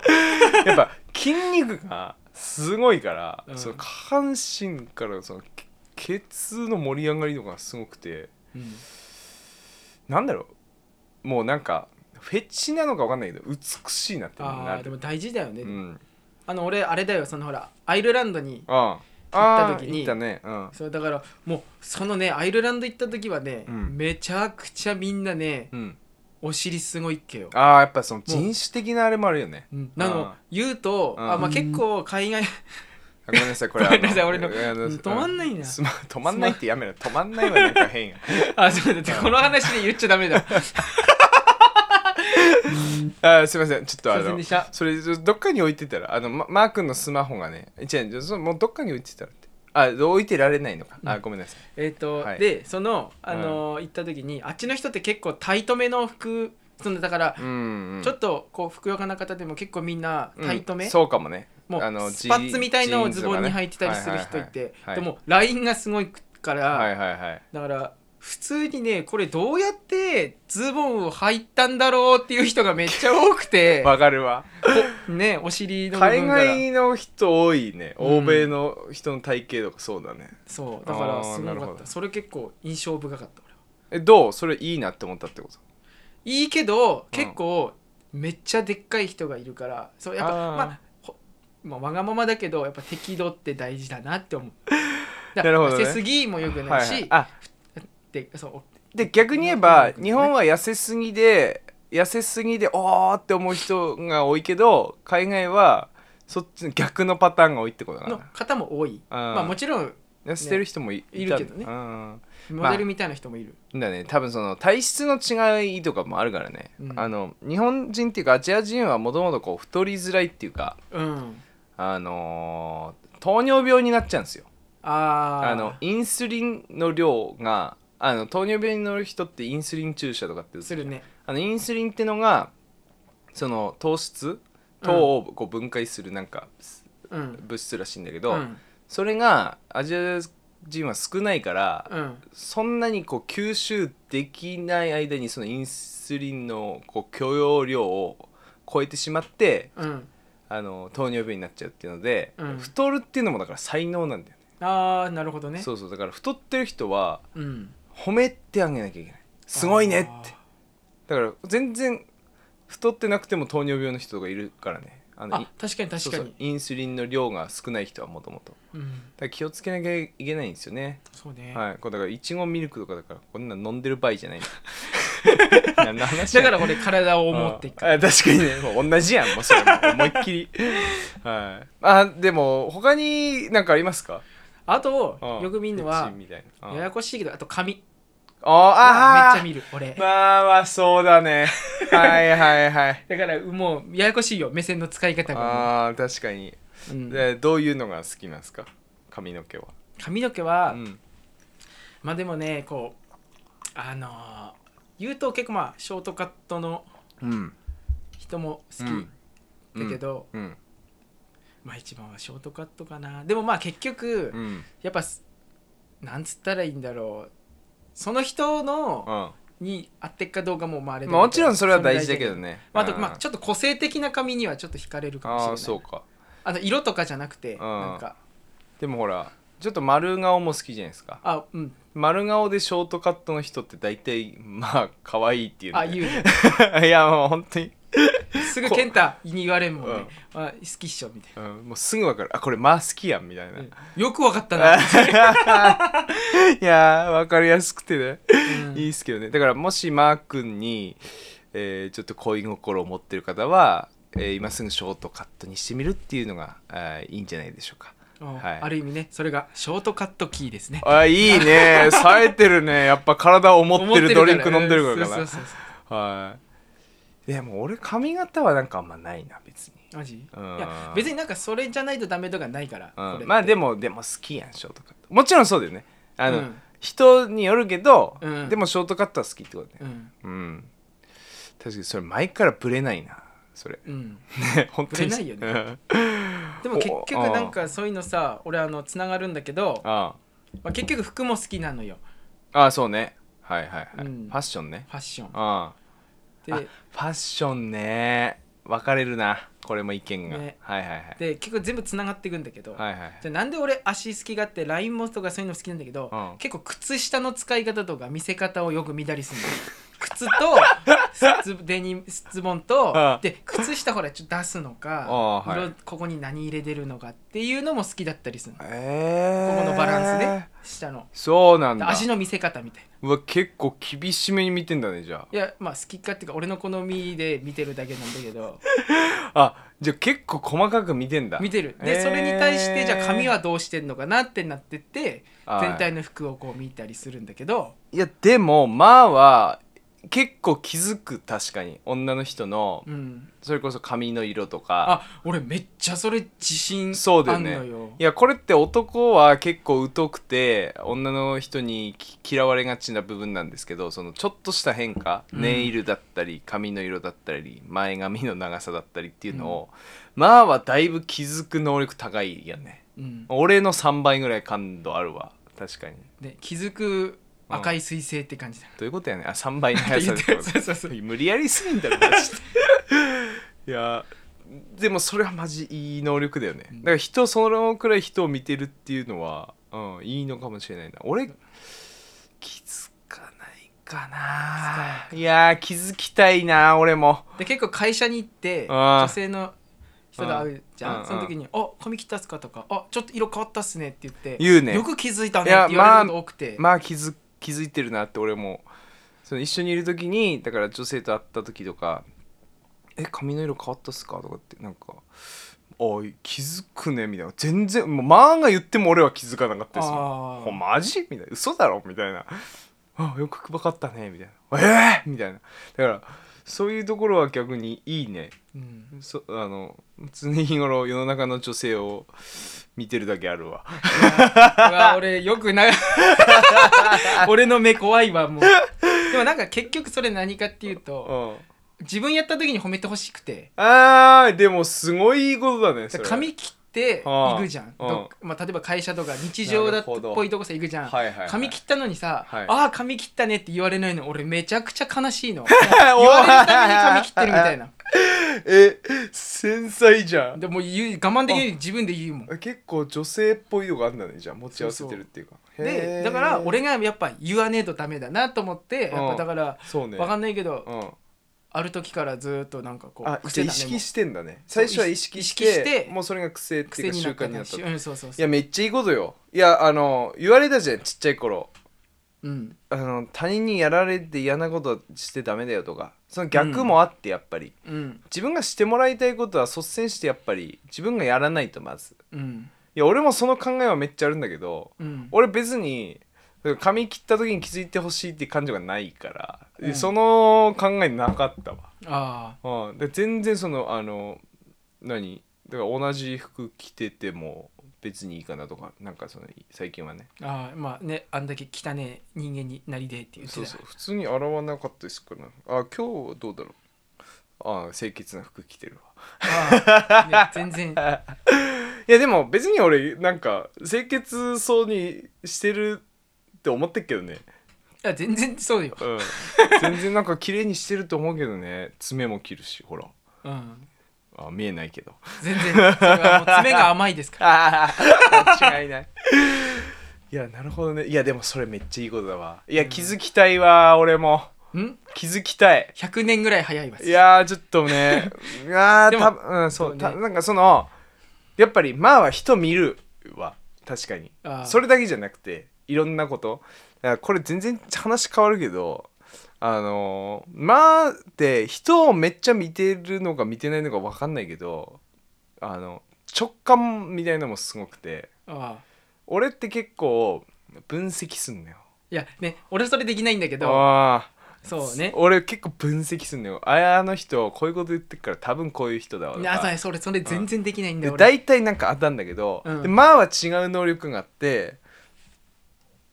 S1: やっぱ筋肉がすごいから、
S2: うん
S1: その下半身からそのけケツの盛り上がりとかがすごくて
S2: うん
S1: なんだろうもうなんかフェチなのか分かんないけど美しいなってな
S2: あーで
S1: る
S2: も大事だよね、
S1: うん
S2: あの俺あれだよそのほらアイルランドに
S1: ああ
S2: 行
S1: あ
S2: った時
S1: あ
S2: に
S1: 行ったねうん
S2: そうだからもうそのねアイルランド行った時はね、
S1: うん
S2: めちゃくちゃみんなね
S1: うん、
S2: お尻すごいっけよ。
S1: ああやっぱその人種的なあれもあるよね
S2: うんなの
S1: あ
S2: 言うと
S1: うん
S2: あ、まあ、結構海外
S1: あごめんなさいこれ
S2: ごめんなさい
S1: あ
S2: 俺の
S1: あ
S2: 止まんないな
S1: うすま止まんないってやめろ止まんないはなんか 変や
S2: あそうだってこの話で言っちゃダメだ
S1: あーすいませんちょっとあ
S2: すいません
S1: の
S2: でした
S1: それどっかに置いてたらあの、ま、マー君のスマホがね違う違うそもうどっかに置いてたらってあ置いてられないのか、あごめんなさい
S2: えっと、
S1: はい
S2: でその、あのー行った時にあっちの人って結構タイトめの服そのだから、
S1: うんうん、
S2: ちょっとこうふくよかな方でも結構みんなタイトめ、
S1: うんそうかもね
S2: もう
S1: あの
S2: スパッツみたいなのを
S1: ジ
S2: ズ
S1: ーン
S2: ボ
S1: ズが
S2: ン
S1: ね
S2: に履いてたりする人
S1: はい
S2: いて、
S1: はいはいはい
S2: でもラインがすごいから、
S1: はいはいはい
S2: だから普通にねこれどうやってズボンを履いたんだろうっていう人がめっちゃ多くて
S1: わかるわ
S2: こねお尻の部
S1: 海
S2: 分から
S1: 外の人多いね
S2: うん
S1: 欧米の人の体型とかそうだね、
S2: そうだから
S1: あー
S2: すご
S1: なる
S2: か
S1: ほ
S2: っ
S1: ど
S2: たそれ結構印象深かった俺は
S1: えどうそれいいなって思ったってこと
S2: いいけ
S1: う
S2: ど
S1: ん
S2: 結構めっちゃでっかい人がいるからそうやっぱ
S1: あー
S2: まあほまあわがままだけどやっぱ適度って大事だなっ て思うだ
S1: なるほどね
S2: 痩せすぎもよくないし、
S1: はいはいあ
S2: でそう
S1: で逆に言えば
S2: うん
S1: 日本は痩せすぎで痩せすぎでおーって思う人が多いけど海外はそっちの逆のパターンが多いってことだ
S2: の
S1: な
S2: 方も多いまあもちろん
S1: 痩せてる人もい,、
S2: い
S1: た
S2: るけどね
S1: うん
S2: モデルみたいな人もいる、
S1: だね多分その体質の違いとかもあるからね、
S2: うん
S1: あの日本人っていうかアジア人はもともとこう太りづらいっていうか
S2: うん
S1: あのー糖尿病になっちゃうんですよ
S2: あー
S1: あのインスリンの量があの糖尿病に乗る人ってインスリン注射とかって打つ
S2: するね
S1: あのインスリンってのがその糖質糖をこう分解するなんか
S2: うん
S1: 物質らしいんだけど、
S2: うん
S1: それがアジア人は少ないから、
S2: うん
S1: そんなにこう吸収できない間にそのインスリンのこう許容量を超えてしまって
S2: うん
S1: あの糖尿病になっちゃうっていうので、
S2: うん
S1: 太るっていうのもだから才能なんだよね
S2: ああなるほどね
S1: そうそうだから太ってる人は
S2: うん
S1: 褒めてあげなきゃいけないすごいねって
S2: あ
S1: だから全然太ってなくても糖尿病の人がいるからねあ
S2: ー
S1: い
S2: あ確かに確
S1: そう
S2: か
S1: そ
S2: に
S1: うインスリンの量が少ない人はもともとだ
S2: うん
S1: から気をつけなきゃいけないんですよね
S2: そうね、
S1: はいこれだからいちごミルクとかだからこんなの飲んでる場合 じゃない何の話
S2: だ
S1: や
S2: から俺体を思っていく
S1: ああ確かにねもう同じやんもうそれもう思いっきりはいあでも他になんかありますか
S2: あと
S1: うん
S2: よく見るの
S1: 一
S2: は
S1: 位みたいなうん
S2: ややこしいけどあと髪
S1: あーあ
S2: めっち
S1: ー
S2: ゃ見る俺
S1: まあまあそうだ ねはいはいはい
S2: だからもうややこしいよ目線の使い方が、
S1: あー確かに
S2: うん
S1: でどういうのが好きなんですか髪の毛は、
S2: 髪の毛は、
S1: うん
S2: まあでもねこうあのー言うと結構まあショートカットの
S1: うん、
S2: 人も好
S1: うん
S2: きだけど、
S1: うん
S2: まあ一番はショートカットかなでもまあ結局、
S1: うん
S2: やっぱすなんつったらいいんだろうその人のに合ってっかどうかもまああれだけど
S1: もちろんそれは大事だけどね
S2: まあ、あとまあ
S1: ょ
S2: ちょっと個性的な髪にはちょっと惹かれるかもしれ
S1: あ
S2: な
S1: あ
S2: い
S1: ーそうか
S2: あの色とかじゃなくて
S1: ん
S2: なんか
S1: でもほらちょっと丸顔も好きじゃないですか
S2: あうん
S1: 丸顔でショートカットの人って大体まあ可愛いっていう
S2: あ
S1: ね
S2: 言う ね
S1: いやもう本当に、
S2: すぐ健太に言われんもんね、あ好きっしょみたい
S1: うん、もうすぐ分かるあこれまあ好きやん みたいな、
S2: な、よくわかった な、
S1: いやー分かりやすくてね
S2: うん
S1: いいっすけどねだからもしマー君に、えーちょっと恋心を持ってる方は、えー今すぐショートカットにしてみるっていうのがあーいいんじゃないでしょうか
S2: うん
S1: はい
S2: ある意味ねそれがショートカットキーですね
S1: あいい ね冴えてるねやっぱ体を持ってる
S2: から
S1: ドリンク飲んでるからか
S2: そう
S1: な
S2: そうそう
S1: はいでも俺髪型はなんかあんまないな別に、
S2: そうマジ
S1: うん
S2: いや別になんかそれじゃないとダメとかないから、これっ
S1: う
S2: て
S1: ん、まあでもでも好きやんショートカットもちろんそうだよねあの、
S2: うん
S1: 人によるけど、
S2: うん
S1: でもショートカットは好きってことね
S2: う
S1: う
S2: ん
S1: ん確かにそれ前からブレないなそれ
S2: うん
S1: ね本当に
S2: ブレないよね
S1: うん
S2: でも結局なんかそういうのさ俺あのつながるんだけ ど、
S1: あ
S2: まあ、結局服も好きなのよ
S1: あああそうねはいはいはい、
S2: うん
S1: ファッションね
S2: ファッション
S1: ああ
S2: で
S1: ファッションね分かれるなこれも意見が、
S2: ね
S1: はいはいはい
S2: で結構全部つながっていくんだけど、
S1: はいはいはい
S2: じゃあなんで俺足好きがあってラインもとかそういうの好きなんだけど、
S1: うん
S2: 結構靴下の使い方とか見せ方をよく見たりす るのよ靴とスツデニムズボンと、
S1: うん
S2: で靴下ほらちょっと出すのか、
S1: あーはい
S2: 色ここに何入れてるのかっていうのも好きだったりするの、
S1: えー、
S2: ここのバランスね下の
S1: そうなんだ
S2: 足の見せ方みたいな
S1: うわ結構厳しめに見てんだねじゃ
S2: いやまあ好きかっていうか俺の好みで見てるだけなんだけど
S1: ああじゃあ結構細かく見てんだ
S2: 見てる
S1: えー
S2: でそれに対してじゃあ髪はどうしてんのかなってなってって
S1: はい
S2: 全体の服をこう見たりするんだけど
S1: いやでもまあは結構気づく確かに女の人の
S2: うん
S1: それこそ髪の色とか
S2: あ俺めっちゃそれ自信
S1: そうだ
S2: あ
S1: よ
S2: んの
S1: ね
S2: よ
S1: いやこれって男は結構疎くて女の人にき嫌われがちな部分なんですけどそのちょっとした変化、
S2: うん
S1: ネイルだったり髪の色だったり前髪の長さだったりっていうのを、まあはだいぶ気づく能力高いよね
S2: うん
S1: 俺の3倍ぐらい感度あるわ確かに
S2: で気づく
S1: うん
S2: 赤い彗星って感じだな
S1: どういうことやねんあ3倍の
S2: っ
S1: 速
S2: て
S1: さ
S2: 言
S1: で
S2: っ
S1: す
S2: て そうそうそう
S1: 無理やりすぎんだろマジでいやでもそれはマジいい能力だよねだから人そのくらい人を見てるっていうのは、うん、いいのかもしれないな俺気づかないかないやー気づきたいな俺も
S2: で結構会社に行って
S1: あー
S2: 女性の人が会うじ
S1: うん
S2: ゃ
S1: うん
S2: んその時に「あ髪切ったっすか?」とか「あちょっと色変わったっすね」って言って
S1: 言うね
S2: よく気づいたね
S1: い
S2: っ
S1: や
S2: て言われること多くて、
S1: まあ気づ気づいてるなって俺もその一緒にいる時にだから女性と会った時とか「え髪の色変わったっすか?」とかってなんか「おい気づくね」みたいな全然もうマーンが言っても俺は気づかなかったですよ
S2: あー
S1: ほんマジみたいな嘘だろみたいな「あよく分かったね」みたいな「ええみたいなだからそういうところは逆にいいね
S2: うん、
S1: そあの常日頃世の中の女性を見てるだけあるわ
S2: うわ俺よ くな俺の目怖いわもうでもなんか結局それ何かっていう
S1: う
S2: と
S1: ん
S2: 自分やった時に褒めてほしくて
S1: あーでもすごいいいことだねそれ
S2: 髪切って行くじゃん、
S1: うん
S2: どっまあ、例えば会社とか日常だっ
S1: なるほど
S2: ぽいとこさ行くじゃん、
S1: はいはいはい
S2: 髪切ったのにさ「
S1: はい
S2: ああ髪切ったね」って言われないの俺めちゃくちゃ悲 しいの言われるために髪切ってるみたいな
S1: え繊細じゃん
S2: でもう言う我慢できない自分で言うもん
S1: 結構女性っぽいのがあるんだねじゃあ持ち合わせてるっていうかへ
S2: で
S1: ー
S2: だから俺がやっぱ言わねえとダメだなと思って
S1: うん
S2: やっぱだから
S1: そうね
S2: わかんないけど
S1: うん
S2: ある時からずっとなんかこ
S1: あ
S2: う
S1: じゃあ
S2: だ
S1: 意
S2: ねも
S1: 識
S2: う
S1: してんだね最初は意識して
S2: 意識して
S1: もうそれが癖ってい
S2: 癖
S1: うか
S2: に
S1: 習
S2: なっ
S1: 慣
S2: た
S1: になった
S2: し
S1: と
S2: うんそうそう
S1: い
S2: そ
S1: や
S2: う
S1: めっちゃいいことよいやあの言われたじゃんちっちゃい頃
S2: うん
S1: あの他人にやられて嫌なことしてダメだよとかその逆もあってやっぱり、
S2: うん
S1: 自分がしてもらいたいことは率先してやっぱり自分がやらないとまず
S2: うん
S1: いや俺もその考えはめっちゃあるんだけど
S2: うん
S1: 俺別に髪切った時に気づいてほしいって感情がないから、
S2: うん
S1: その考えなかった
S2: あ
S1: わ、うん、で全然そのあの何だから同じ服着てても別にいいかなとかなんかその最近はね
S2: ーあーまあねあんだけ汚ね人間になりでって言って
S1: そう
S2: た
S1: そう普通に洗わなかったですからあ今日はどうだろうあ清潔な服着てるわ
S2: あーね全然
S1: いやでも別に俺なんか清潔そうにしてるって思ってっけどね
S2: いや全然そうよ、
S1: うん全然なんか綺麗にしてると思うけどね爪も切るしほら
S2: うん、
S1: あ見えないけど
S2: 全然それはもう爪が甘いですから
S1: ああ違いない いやなるほどねいやでもそれめっちゃいいことだわいや気づきたいわ俺も
S2: うん
S1: 気づきたい
S2: 100年ぐらい早いわ
S1: いやーちょっとね いやー
S2: でも
S1: たうんそう
S2: そうね
S1: たなんかそのやっぱりまあは人見るは確かに
S2: あー
S1: それだけじゃなくていろんなことだからこれ全然話変わるけどあのー、まあって人をめっちゃ見てるのか見てないのか分かんないけどあの直感みたいのもすごくて
S2: あー
S1: 俺って結構分析すんのよ
S2: いやね俺それできないんだけど
S1: あ
S2: そう
S1: ー
S2: ね
S1: 俺結構分析すんのよああの人こういうこと言ってっから多分こういう人だわとか
S2: あそうそれそれ全然できないんだ
S1: で
S2: よ俺
S1: 大体なんかあったんだけど、
S2: うん
S1: でまあは違う能力があって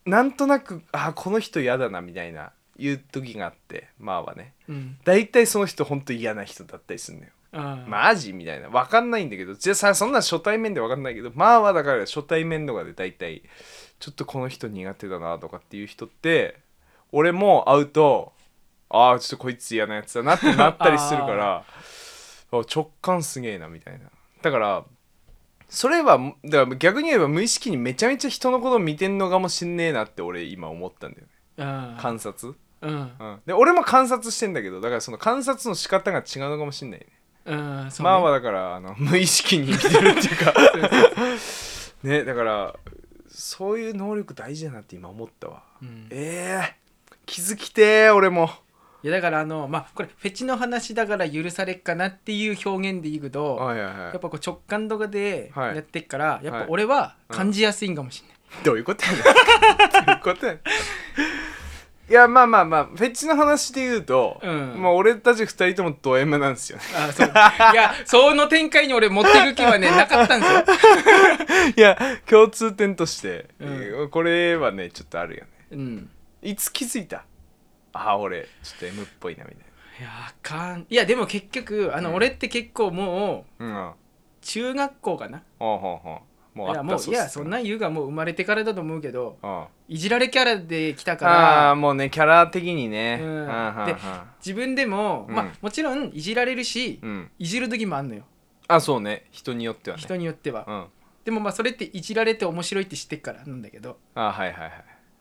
S1: なんとなくあこの人嫌だなみたいないう時があってまあはね
S2: うん
S1: 大体その人ほんと嫌な人だったりするのよ、
S2: うん
S1: マジみたいな分かんないんだけどじゃあさそんな初対面で分かんないけどまあはだから初対面とかで大体ちょっとこの人苦手だなとかっていう人って俺も会うとああちょっとこいつ嫌なやつだなってなったりするからあ直感すげえなみたいなだからそれはだから逆に言えば無意識にめちゃめちゃ人のことを見てんのかもしんねえなって俺今思ったんだよね
S2: うん
S1: 観察、
S2: うん
S1: うん、で俺も観察してんだけどだからその観察の仕方が違うのかもしんないね
S2: うんそうね
S1: まあまあだからあの 無意識に生きてるって いうかねだからそういう能力大事だなって今思ったわ
S2: うん
S1: ええ気づきてー俺も
S2: いやだからあのまあこれフェチの話だから許されっかなっていう表現でいくと、
S1: はいはいは
S2: やっぱこう直感とかで
S1: はい
S2: やってっから、やっ
S1: はい
S2: ぱ俺は感じやすいんかもしれない、
S1: いどういうことやねんどういうことやねん いやまあまあまあフェチの話で言うと、
S2: うん
S1: まあ俺たち二人ともド M なんですよね
S2: あそういやその展開に俺持っていく気は ねなかったんですよ、
S1: いや共通点として、
S2: う
S1: これはねちょっとあるよね
S2: うん、
S1: いつ気づいたああ俺ちょっと M っぽいなみたい
S2: いやあかんいやでも結局あの、
S1: うん
S2: 俺って結構もう
S1: なうん
S2: 中学校かな
S1: ほうほうほうもうあ
S2: い
S1: っ
S2: や
S1: た
S2: もう
S1: そ
S2: いやそんなん言うがもう生まれてからだと思うけど
S1: あ
S2: いじられキャラで来たから
S1: あーもうねキャラ的にね
S2: うん
S1: うんうん
S2: で自分でも、
S1: うん
S2: まあもちろんいじられるし、
S1: うんうん
S2: いじる時もあんのよ
S1: あそうね人によってはね
S2: 人によっては、
S1: うんあ
S2: でもまあそれっていじられて面白いって知ってっからなんだけど
S1: ーはいはいはい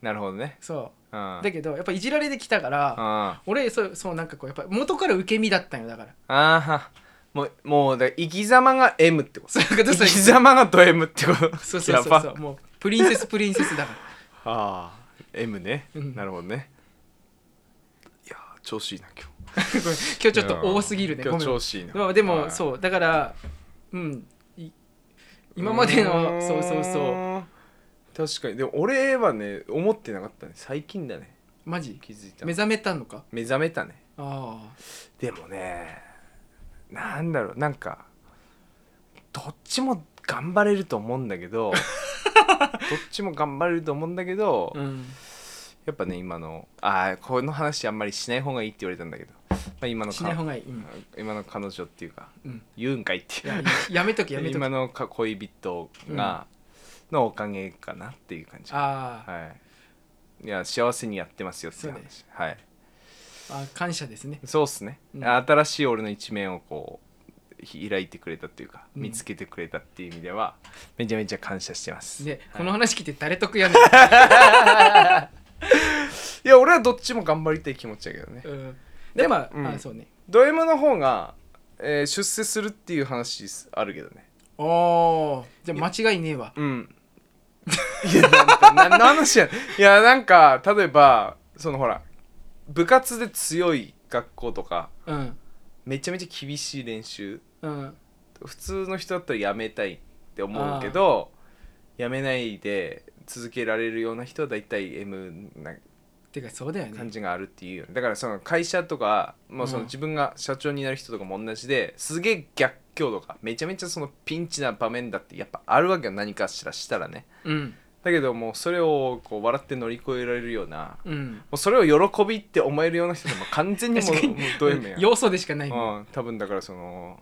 S1: なるほどね
S2: そうう、
S1: ん
S2: だけどやっぱいじられてきたから、
S1: あ
S2: 俺そうそうなんかこうやっぱ元から受け身だったんよだから
S1: あーはもうもうだ生き様が M ってこと
S2: そういうこと
S1: 生
S2: そう
S1: き様がド M ってこと
S2: そうそうそうそうもうプリンセスプリンセスだから
S1: ああ M ね、
S2: うん
S1: なるほどねいやー調子いいな今日
S2: ごめん今日ちょっと多すぎるね
S1: 今
S2: ご
S1: 日
S2: めん
S1: 調子いいな
S2: まあでも、
S1: はい
S2: そうだからうんい今までのそうそうそう
S1: そう確かにでも俺はね思ってなかったね最近だね
S2: マジ
S1: 気づいた
S2: 目覚めたのか
S1: 目覚めたね
S2: あ
S1: でもねなんだろうなんかどっちも頑張れると思うんだけ どどっちも頑張れると思うんだけど、
S2: あうん
S1: やっぱね今のああこの話あんまりしない方がいいって言われたんだけど、まあ、今のか
S2: しない方がいい、うん
S1: 今の彼女っていうか
S2: うん、
S1: 言うんかいって
S2: い
S1: いう
S2: ややめとけやめとけ
S1: 今のか恋人が、のおかげかなっていう感じ
S2: あー
S1: はい、いや幸せにやってますよっていう
S2: そうね
S1: 話はい
S2: あ感謝ですね
S1: そうっすね、
S2: うん
S1: 新しい俺の一面をこう開いてくれたっていうか
S2: うん
S1: 見つけてくれたっていう意味では、めちゃめちゃ感謝してます、
S2: で
S1: はい
S2: この話聞いて誰得やねん、
S1: いや俺はどっちも頑張りたい気持ちだけどね
S2: うん、でまあ,、
S1: うん
S2: あそうね
S1: ド M の方が、えー出世するっていう話あるけどね
S2: おーじゃあ間違いねえわ
S1: うん。いや、なんか、な何の話やねんいや、なんか、例えば、そのほら、部活で強い学校とか、
S2: うん
S1: めちゃめちゃ厳しい練習、
S2: うん
S1: 普通の人だったらやめたいって思うけど、やめないで続けられるような人は大体 M な
S2: てかそうだよ
S1: 感
S2: ね
S1: じがあるっていうよね。だから、その会社とか、もうその
S2: うん
S1: 自分が社長になる人とかも同じで、すげえ逆境とか、めちゃめちゃそのピンチな場面だってやっぱあるわけよ、何かしらしたらね。
S2: うん
S1: だけどもうそれをこう笑って乗り越えられるようなも
S2: うん
S1: うそれを喜びって思えるような人でも完全にもう
S2: 確かに
S1: もうド M やん、
S2: 要素でしかないも
S1: う
S2: ん
S1: ん、多分だからその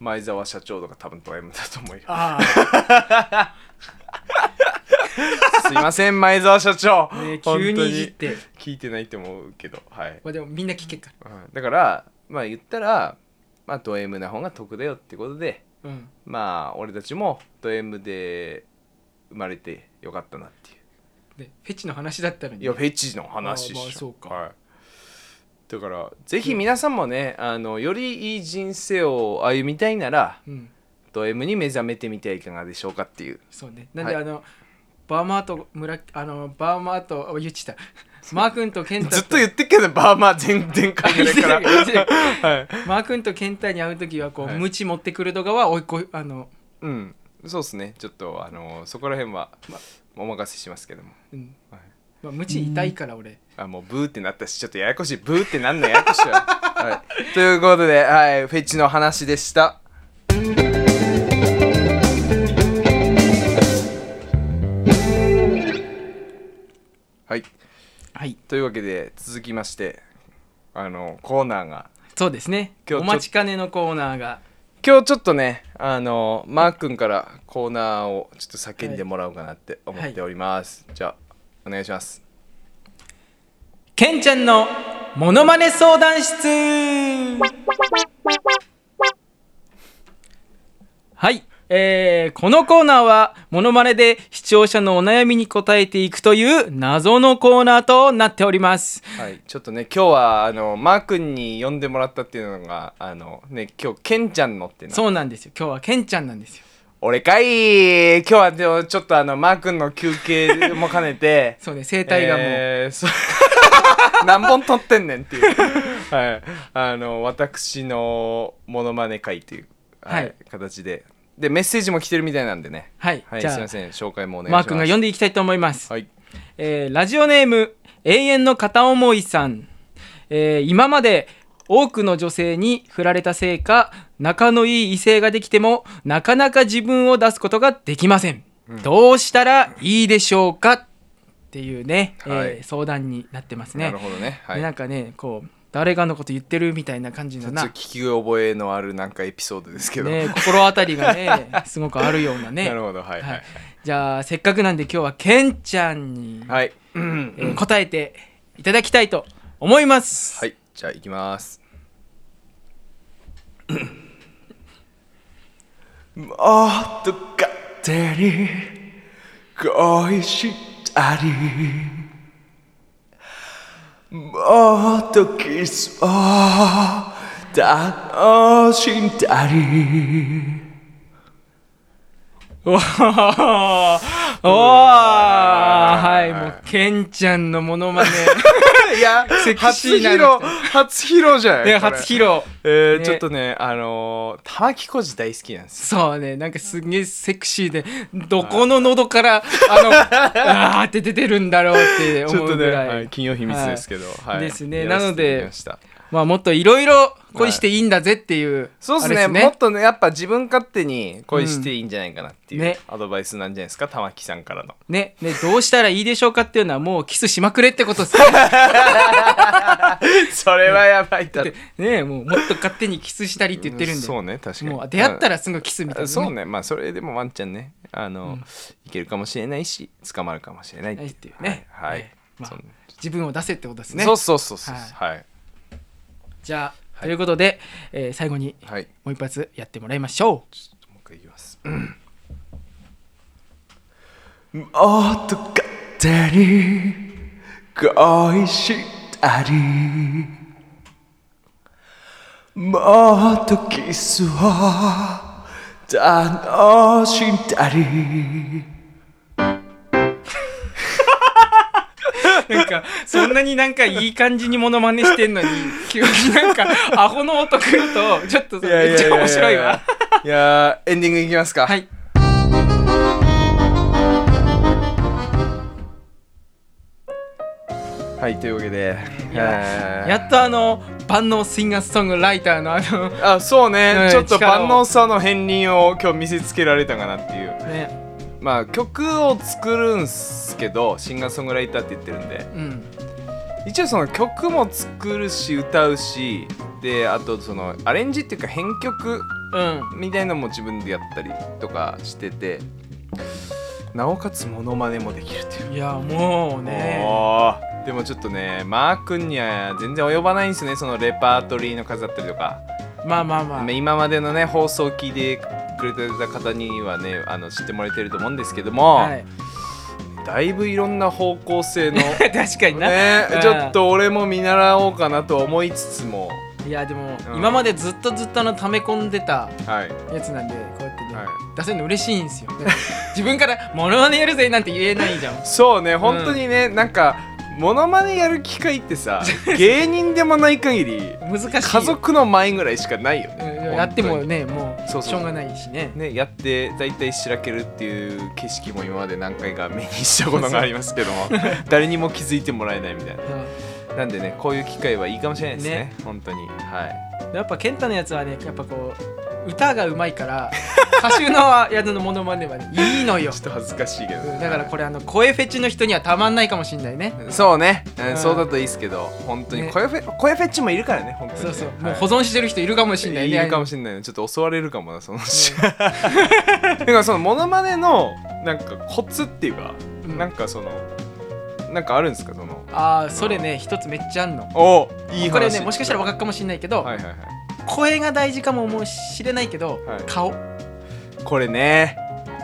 S1: 前澤社長とか多分ド M だと思うよ
S2: ああ
S1: すいません前澤社長、本
S2: ね
S1: 当
S2: 急にいじって
S1: 聞いてないと思うけどはい、
S2: まあでもみんな聞けっか
S1: うんだからまあ言ったらまあド M な方が得だよってことで
S2: らうん
S1: まあ俺たちもド M で生まれてよかったなっていう
S2: でフェチの話だったのに
S1: いやフェチの話っしょ
S2: あーまあそうか
S1: はい、だからぜひ皆さんもね、あのよりいい人生を歩みたいなら
S2: うん
S1: ド M に目覚めてみてはいかがでしょうかっていう
S2: そうねなんで、
S1: はい
S2: あのバーマーと村あのバーマーとあ言っちゃったマー君とケンタ
S1: ずっと言ってっけどバーマー全然関 係ないから
S2: 言ってる
S1: はい、
S2: マー君とケンタに会う時はこう、
S1: はい
S2: ムチ持ってくるとかはおいこいあの、
S1: うんそうですねちょっとあのそこら辺は、お任せしますけども、
S2: うん
S1: はい、
S2: まあ、ムチ痛いから俺
S1: あもうブーってなったしちょっとややこしいブーってなんのややこしいわ、はい、ということで、はい、フェチの話でしたはい
S2: はい
S1: というわけで続きましてあのコーナーが
S2: そうですね
S1: 今日ちょ
S2: お待ちかねのコーナーが
S1: 今日ちょっとねあのマー君からコーナーをちょっと叫んでもらおうかなって思っております、じゃあお願いします
S2: ケンちゃんのモノマネ相談室はい、えーこのコーナーはモノマネで視聴者のお悩みに答えていくという謎のコーナーとなっております
S1: はい、ちょっとね今日はあのマー君に呼んでもらったっていうのがあのね今日ケンちゃんのってな
S2: そうなんですよ今日はケンちゃんなんですよ
S1: 俺かい今日はでもちょっとあのマー君の休憩も兼ねて
S2: そうね声帯がもう、
S1: えーそう 何本撮ってんねんって いう、はい、あの私のモノマネ会という、
S2: はい
S1: 形ででメッセージも来てるみたいなんでね
S2: はい、
S1: はい
S2: じ
S1: す
S2: ゃ
S1: い
S2: あ
S1: ません紹介もお願いし
S2: マ
S1: ま
S2: ー
S1: す
S2: 君が読んでいきたいと思います、
S1: はい
S2: えーラジオネーム永遠の片思いさん、えー今まで多くの女性に振られたせいか仲のいい異性ができてもなかなか自分を出すことができません、どうしたらいいでしょうかっていうね、えー
S1: はい
S2: 相談になってますね
S1: なるほどね、はい
S2: でなんかねこう誰がのこと言ってるみたいな感じ
S1: ちょ
S2: の
S1: っと
S2: な
S1: 聞、き覚えのあるなんかエピソードですけど、
S2: ね、心当たり がねすごくあるようなね
S1: なるほどはいはい
S2: じゃあせっかくなんで今日はケンちゃんに、
S1: はい、はい
S2: えー答えていただきたいと思います、
S1: はいじゃあ行きます。もっと勝手に恋したりもっとキスを楽しんだり
S2: おおはいもうケンちゃんのモ ノマネ
S1: いや
S2: セクシ
S1: 初
S2: ー
S1: 披
S2: な
S1: 露初披露じゃない
S2: ね
S1: これ
S2: 初披露
S1: えー
S2: ね
S1: ちょっとねあのー玉置浩二大好きなんですよ
S2: そうねなんかすげえセクシーでどこの喉から あのあーって出てるんだろうって
S1: ち
S2: 思
S1: ょっと
S2: うぐ
S1: ね、
S2: らい、
S1: はい、金曜秘密ですけど、はい
S2: ですね
S1: やらせていただきました
S2: まあもっといろいろ恋していいんだぜっていう、
S1: そうです
S2: あ
S1: ね
S2: れ
S1: もっとねやっぱ自分勝手に恋していいんじゃないかなっていう、
S2: うんね
S1: アドバイスなんじゃないですか玉木さんからの
S2: ねねどうしたらいいでしょうかっていうのはもうキスしまくれってことです
S1: それはやばいだ
S2: ねねもうもっと勝手にキスしたり って言ってるんで
S1: そうね確かに
S2: もう出会ったらすぐキスみたいな、
S1: うんそうねまあそれでもワンちゃんねあの、いけるかもしれないし捕まるかもしれない
S2: はいっていうね
S1: はい、はい
S2: ええまあ
S1: そうね
S2: 自分を出せってことですね
S1: そうそうそうそうはい、はい
S2: じゃあということで、えー最後にもう一発やってもらいましょう
S1: もう一回いきます。もっと勝手に恋したりもっとキスを楽しんだり
S2: なんかそんなになんかいい感じにモノマネしてん のに急になんかアホの音くるとちょっとめっちゃ面白いわ
S1: いやーエンディングいきますか
S2: はい
S1: はいというわけで
S2: やっとあの万能シンガーソングライターのあの
S1: あそうね、
S2: うん
S1: ちょっと
S2: 力
S1: 万
S2: を
S1: 能さの片鱗を今日見せつけられたかなっていう
S2: ね
S1: まあ曲を作るんすけどシンガーソングライターって言ってるんで
S2: うん
S1: 一応その曲も作るし歌うしであとそのアレンジっていうか編曲
S2: うん
S1: みたいなのも自分でやったりとかしててなおかつモノマネもできるっていう。
S2: いやもうね
S1: おーでもちょっとねマー君には全然及ばないんですよねそのレパートリーの数だったりとか
S2: まあまあまあ
S1: 今までのね放送を聞いてくれてた方にはねあの知ってもらえてると思うんですけども、
S2: はい、
S1: だいぶいろんな方向性のね
S2: 確かに な、
S1: ちょっと俺も見習おうかなと思いつつも
S2: いやでも、
S1: うん
S2: 今までずっとずっとあの溜め込んでた
S1: はい
S2: やつなんでこうやってね、
S1: はい
S2: 出せるの嬉しいんですよ 自分から「モノマネやるぜ」なんて言えないじゃん
S1: そうね本当にね、なんかモノマネやる機会って さ芸人でもない限り
S2: 難しいよ
S1: 家族の前ぐらいしかないよ
S2: うん
S1: ね、
S2: やっても
S1: 本当に
S2: ねも
S1: そうそ
S2: う
S1: う
S2: しょうがないしね
S1: ねやって大体しらけるっていう景色も今まで何回か目にしたことがありますけど も誰にも気づいてもらえないみたいななんでねこういう機会はいいかもしれないですね
S2: ね
S1: 本当にはい
S2: うんやっぱ健太のやつはねやっぱこう歌がうまいから 歌手のやつのモノマネはねいいのよ
S1: ちょっと恥ずかしいけど、
S2: うんだからこれあの声フェチの人にはたまんないかもしんないね
S1: そうね、うん
S2: うん
S1: そうだといいですけど本当に
S2: ね
S1: 声フェ,、声フェッチもいるからね本当に
S2: そうそう、
S1: はい
S2: もう保存してる人いるかもしんない
S1: い
S2: ね
S1: るかもしれないねちょっと襲われるかもなそのう ちだからそのモノマネのなんかコツっていうか、
S2: うん
S1: なんかそのなんかあるんですかその
S2: ああそれね一つめっちゃあんの
S1: おいい話
S2: これねもしかしたら分かるかもしんないけど、
S1: はいはいはい
S2: 声が大事かももしれないけど、
S1: はい
S2: 顔
S1: これね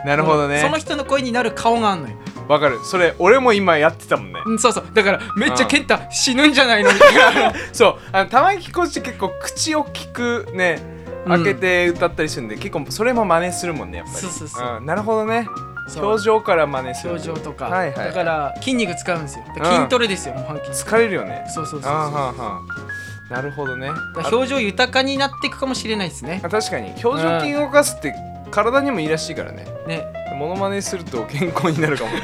S1: なるほどね
S2: その人の声になる顔があんのよ、
S1: わかるそれ俺も今やってたもんね
S2: うん、そうそうだからめっち
S1: う
S2: ゃ
S1: ん
S2: 健太死ぬんじゃないのみたいな
S1: そうあの玉置浩二って結構口を聞くね開けて歌ったりするんで、結構それも真似するもんねやっぱり
S2: そうそうそう
S1: うんなるほどね
S2: そう
S1: 表情から真似する
S2: 表情とか、
S1: はいはい
S2: だから筋肉使うんですよだから
S1: うん
S2: 筋トレですよ、もう半筋
S1: 疲れるよね
S2: そうそうそうそう
S1: あーはーはーなるほどね
S2: だから表情豊かになっていくかもしれないですね
S1: あ確かに表情筋動かすって体にもいいらしいからね
S2: ね
S1: モノマネすると健康にな るかもね、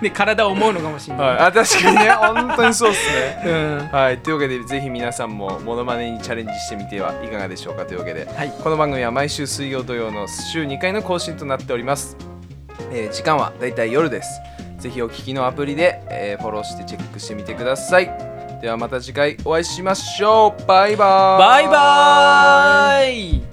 S2: で体を思うのかもしれない、
S1: はい、あ確かにね本当にそうっすね
S2: うんは
S1: はいというわけでぜひ皆さんもモノマネにチャレンジしてみてはいかがでしょうかというわけで
S2: い
S1: この番組は毎週水曜土曜の週2回の更新となっております、えー時間はだいたい夜ですぜひお聞きのアプリで、えーフォローしてチェックしてみてくださいでではまた次回お会いしましょうバイバーイ
S2: バイバーイ